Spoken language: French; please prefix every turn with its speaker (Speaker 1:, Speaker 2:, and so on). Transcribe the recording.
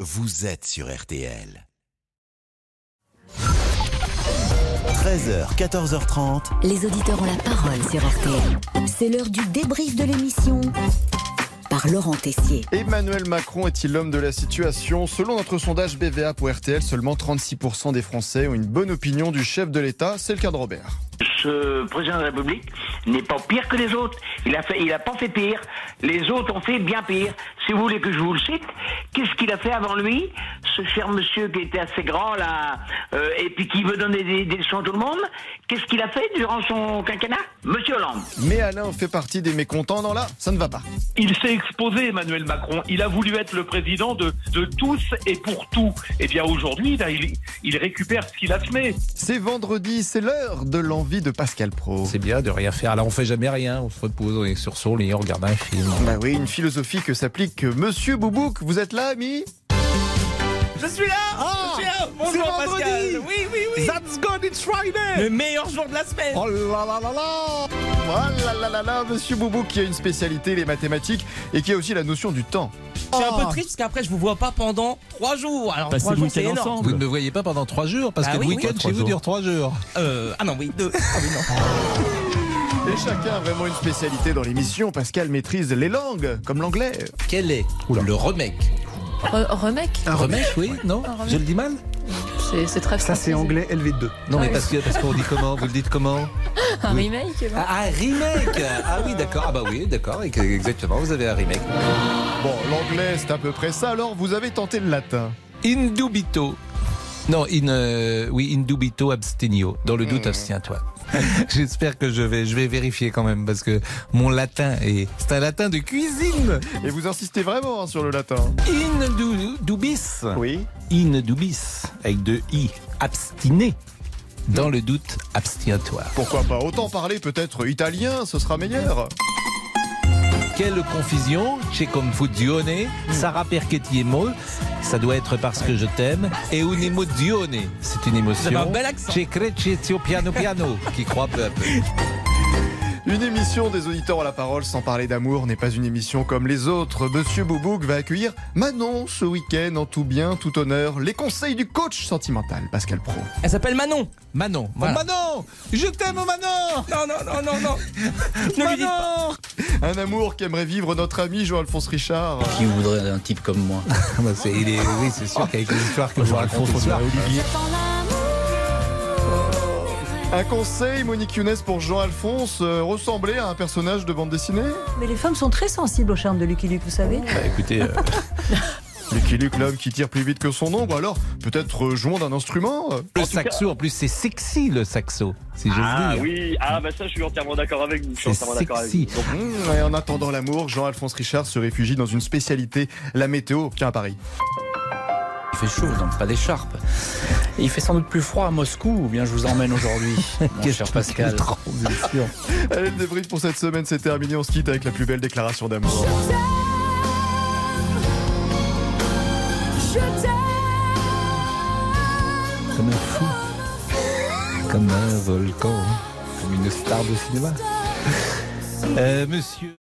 Speaker 1: vous êtes sur RTL. 13h, 14h30.
Speaker 2: Les auditeurs ont la parole sur RTL. C'est l'heure du débrief de l'émission par Laurent Tessier.
Speaker 3: Emmanuel Macron est-il l'homme de la situation Selon notre sondage BVA pour RTL, seulement 36% des Français ont une bonne opinion du chef de l'État. C'est le cas de Robert.
Speaker 4: Ce président de la République n'est pas pire que les autres. Il a, fait, il a pas fait pire. Les autres ont fait bien pire. Si vous voulez que je vous le cite, qu'est-ce qu'il a fait avant lui Ce cher monsieur qui était assez grand là, euh, et puis qui veut donner des, des leçons à tout le monde, qu'est-ce qu'il a fait durant son quinquennat Monsieur Hollande.
Speaker 3: Mais Alain fait partie des mécontents. Non, là, ça ne va pas.
Speaker 5: Il s'est exposé, Emmanuel Macron. Il a voulu être le président de, de tous et pour tout. Et bien aujourd'hui, là, il, il récupère ce qu'il a semé.
Speaker 3: C'est vendredi, c'est l'heure de l'envie de Pascal Pro.
Speaker 6: C'est bien de rien faire. Là, on fait jamais rien. On se repose, on est sur son lit, on regarde un film.
Speaker 3: Bah oui, une philosophie que s'applique Monsieur Boubouk. Vous êtes là, ami
Speaker 7: Je suis là Je suis là Bonjour
Speaker 3: vendredi
Speaker 7: Pascal Oui, oui, oui
Speaker 3: That's good, it's Friday
Speaker 7: Le meilleur jour de la semaine
Speaker 3: Oh là là là là Oh là là là là Monsieur Boubouk qui a une spécialité, les mathématiques, et qui a aussi la notion du temps.
Speaker 7: Je suis un peu triste parce qu'après je vous vois pas pendant 3 jours. Alors
Speaker 8: Passer
Speaker 7: 3
Speaker 8: le
Speaker 7: jours Bah, c'est
Speaker 8: week-end
Speaker 7: énorme.
Speaker 6: Vous
Speaker 8: ensemble.
Speaker 6: ne me voyez pas pendant trois jours parce
Speaker 7: Ah
Speaker 6: que
Speaker 7: oui,
Speaker 6: le
Speaker 7: oui.
Speaker 6: week-end
Speaker 7: Trois
Speaker 6: chez vous
Speaker 8: jours.
Speaker 6: dure trois jours.
Speaker 7: Euh, ah non oui, deux. Ah oui, non.
Speaker 3: Et chacun a vraiment une spécialité dans l'émission. Pascal maîtrise les langues, comme l'anglais.
Speaker 6: Quel est le remake
Speaker 9: Re- Remec,
Speaker 6: Un remake, oui Non
Speaker 9: remake.
Speaker 6: Je le dis mal
Speaker 9: c'est- c'est très
Speaker 10: Ah. Ça, c'est
Speaker 9: francisé.
Speaker 10: anglais LV2.
Speaker 6: Non, mais
Speaker 9: oui.
Speaker 6: parce que parce qu'on dit comment Vous le dites comment
Speaker 9: Un
Speaker 6: Oui.
Speaker 9: remake non
Speaker 6: Ah, un remake Ah oui, d'accord. Ah bah oui, d'accord. Et que- Exactement, vous avez un remake.
Speaker 3: Bon, l'anglais, c'est à peu près ça. Alors, vous avez tenté le latin.
Speaker 6: Indubito. Non, in, euh, oui, indubito abstinio. Dans le doute, abstiens-toi. J'espère que je vais, je vais vérifier quand même parce que mon latin est, c'est un latin de cuisine.
Speaker 3: Et vous insistez vraiment hein, sur le latin.
Speaker 6: Indubis.
Speaker 3: Oui.
Speaker 6: Indubis avec deux i. Abstiné. Dans le doute, abstiens-toi.
Speaker 3: Pourquoi pas Autant parler peut-être italien, ce sera meilleur.
Speaker 6: Quelle confusion, c'è confusione, Sarah Perchettiemo, ça doit être parce que je t'aime, et une emozione, c'est une émotion.
Speaker 7: avez un bel accent.
Speaker 6: C'è Crecetio piano piano, qui croit peu à peu.
Speaker 3: Une émission des auditeurs à la parole sans parler d'amour n'est pas une émission comme les autres. Monsieur Boubouk va accueillir Manon ce week-end en tout bien, tout honneur. Les conseils du coach sentimental, Pascal Pro.
Speaker 7: Elle s'appelle Manon.
Speaker 6: Manon,
Speaker 7: Voilà.
Speaker 6: Oh, Manon, je t'aime Manon
Speaker 7: Non, non, non, non, non. ne lui dites pas.
Speaker 6: Manon
Speaker 3: Un amour qu'aimerait vivre notre ami Jean-Alphonse Richard.
Speaker 11: Qui voudrait un type comme moi
Speaker 6: Ah bah, c'est- il est- Oui, c'est sûr qu'avec les histoires que je vous raconte ce soir,
Speaker 3: Un conseil, Monique Younes, pour Jean-Alphonse, euh, ressembler à un personnage de bande dessinée
Speaker 9: Mais les femmes sont très sensibles au charme de Lucky Luke, vous savez.
Speaker 6: bah, écoutez, euh,
Speaker 3: Lucky Luke, l'homme qui tire plus vite que son ombre, alors peut-être euh, jouons d'un instrument euh.
Speaker 6: le saxo, en plus, c'est sexy le saxo, si j'ose
Speaker 8: Ah
Speaker 6: dire.
Speaker 8: oui, ah bah ça je suis entièrement d'accord avec vous. Je suis
Speaker 6: C'est
Speaker 8: entièrement d'accord avec
Speaker 6: sexy.
Speaker 8: vous. Donc,
Speaker 3: Mmh, Et en attendant l'amour, Jean-Alphonse Richard se réfugie dans une spécialité, la météo. Tiens, à Paris.
Speaker 11: Il fait chaud, vous n'avez pas d'écharpe. Et Il fait sans doute plus froid à Moscou, ou bien je vous emmène aujourd'hui, mon cher Pascal.
Speaker 3: Allez, le débrief pour cette semaine, c'est terminé. On se quitte avec la plus belle déclaration d'amour.
Speaker 6: Comme un fou, comme un volcan, comme une star de cinéma. Euh, monsieur.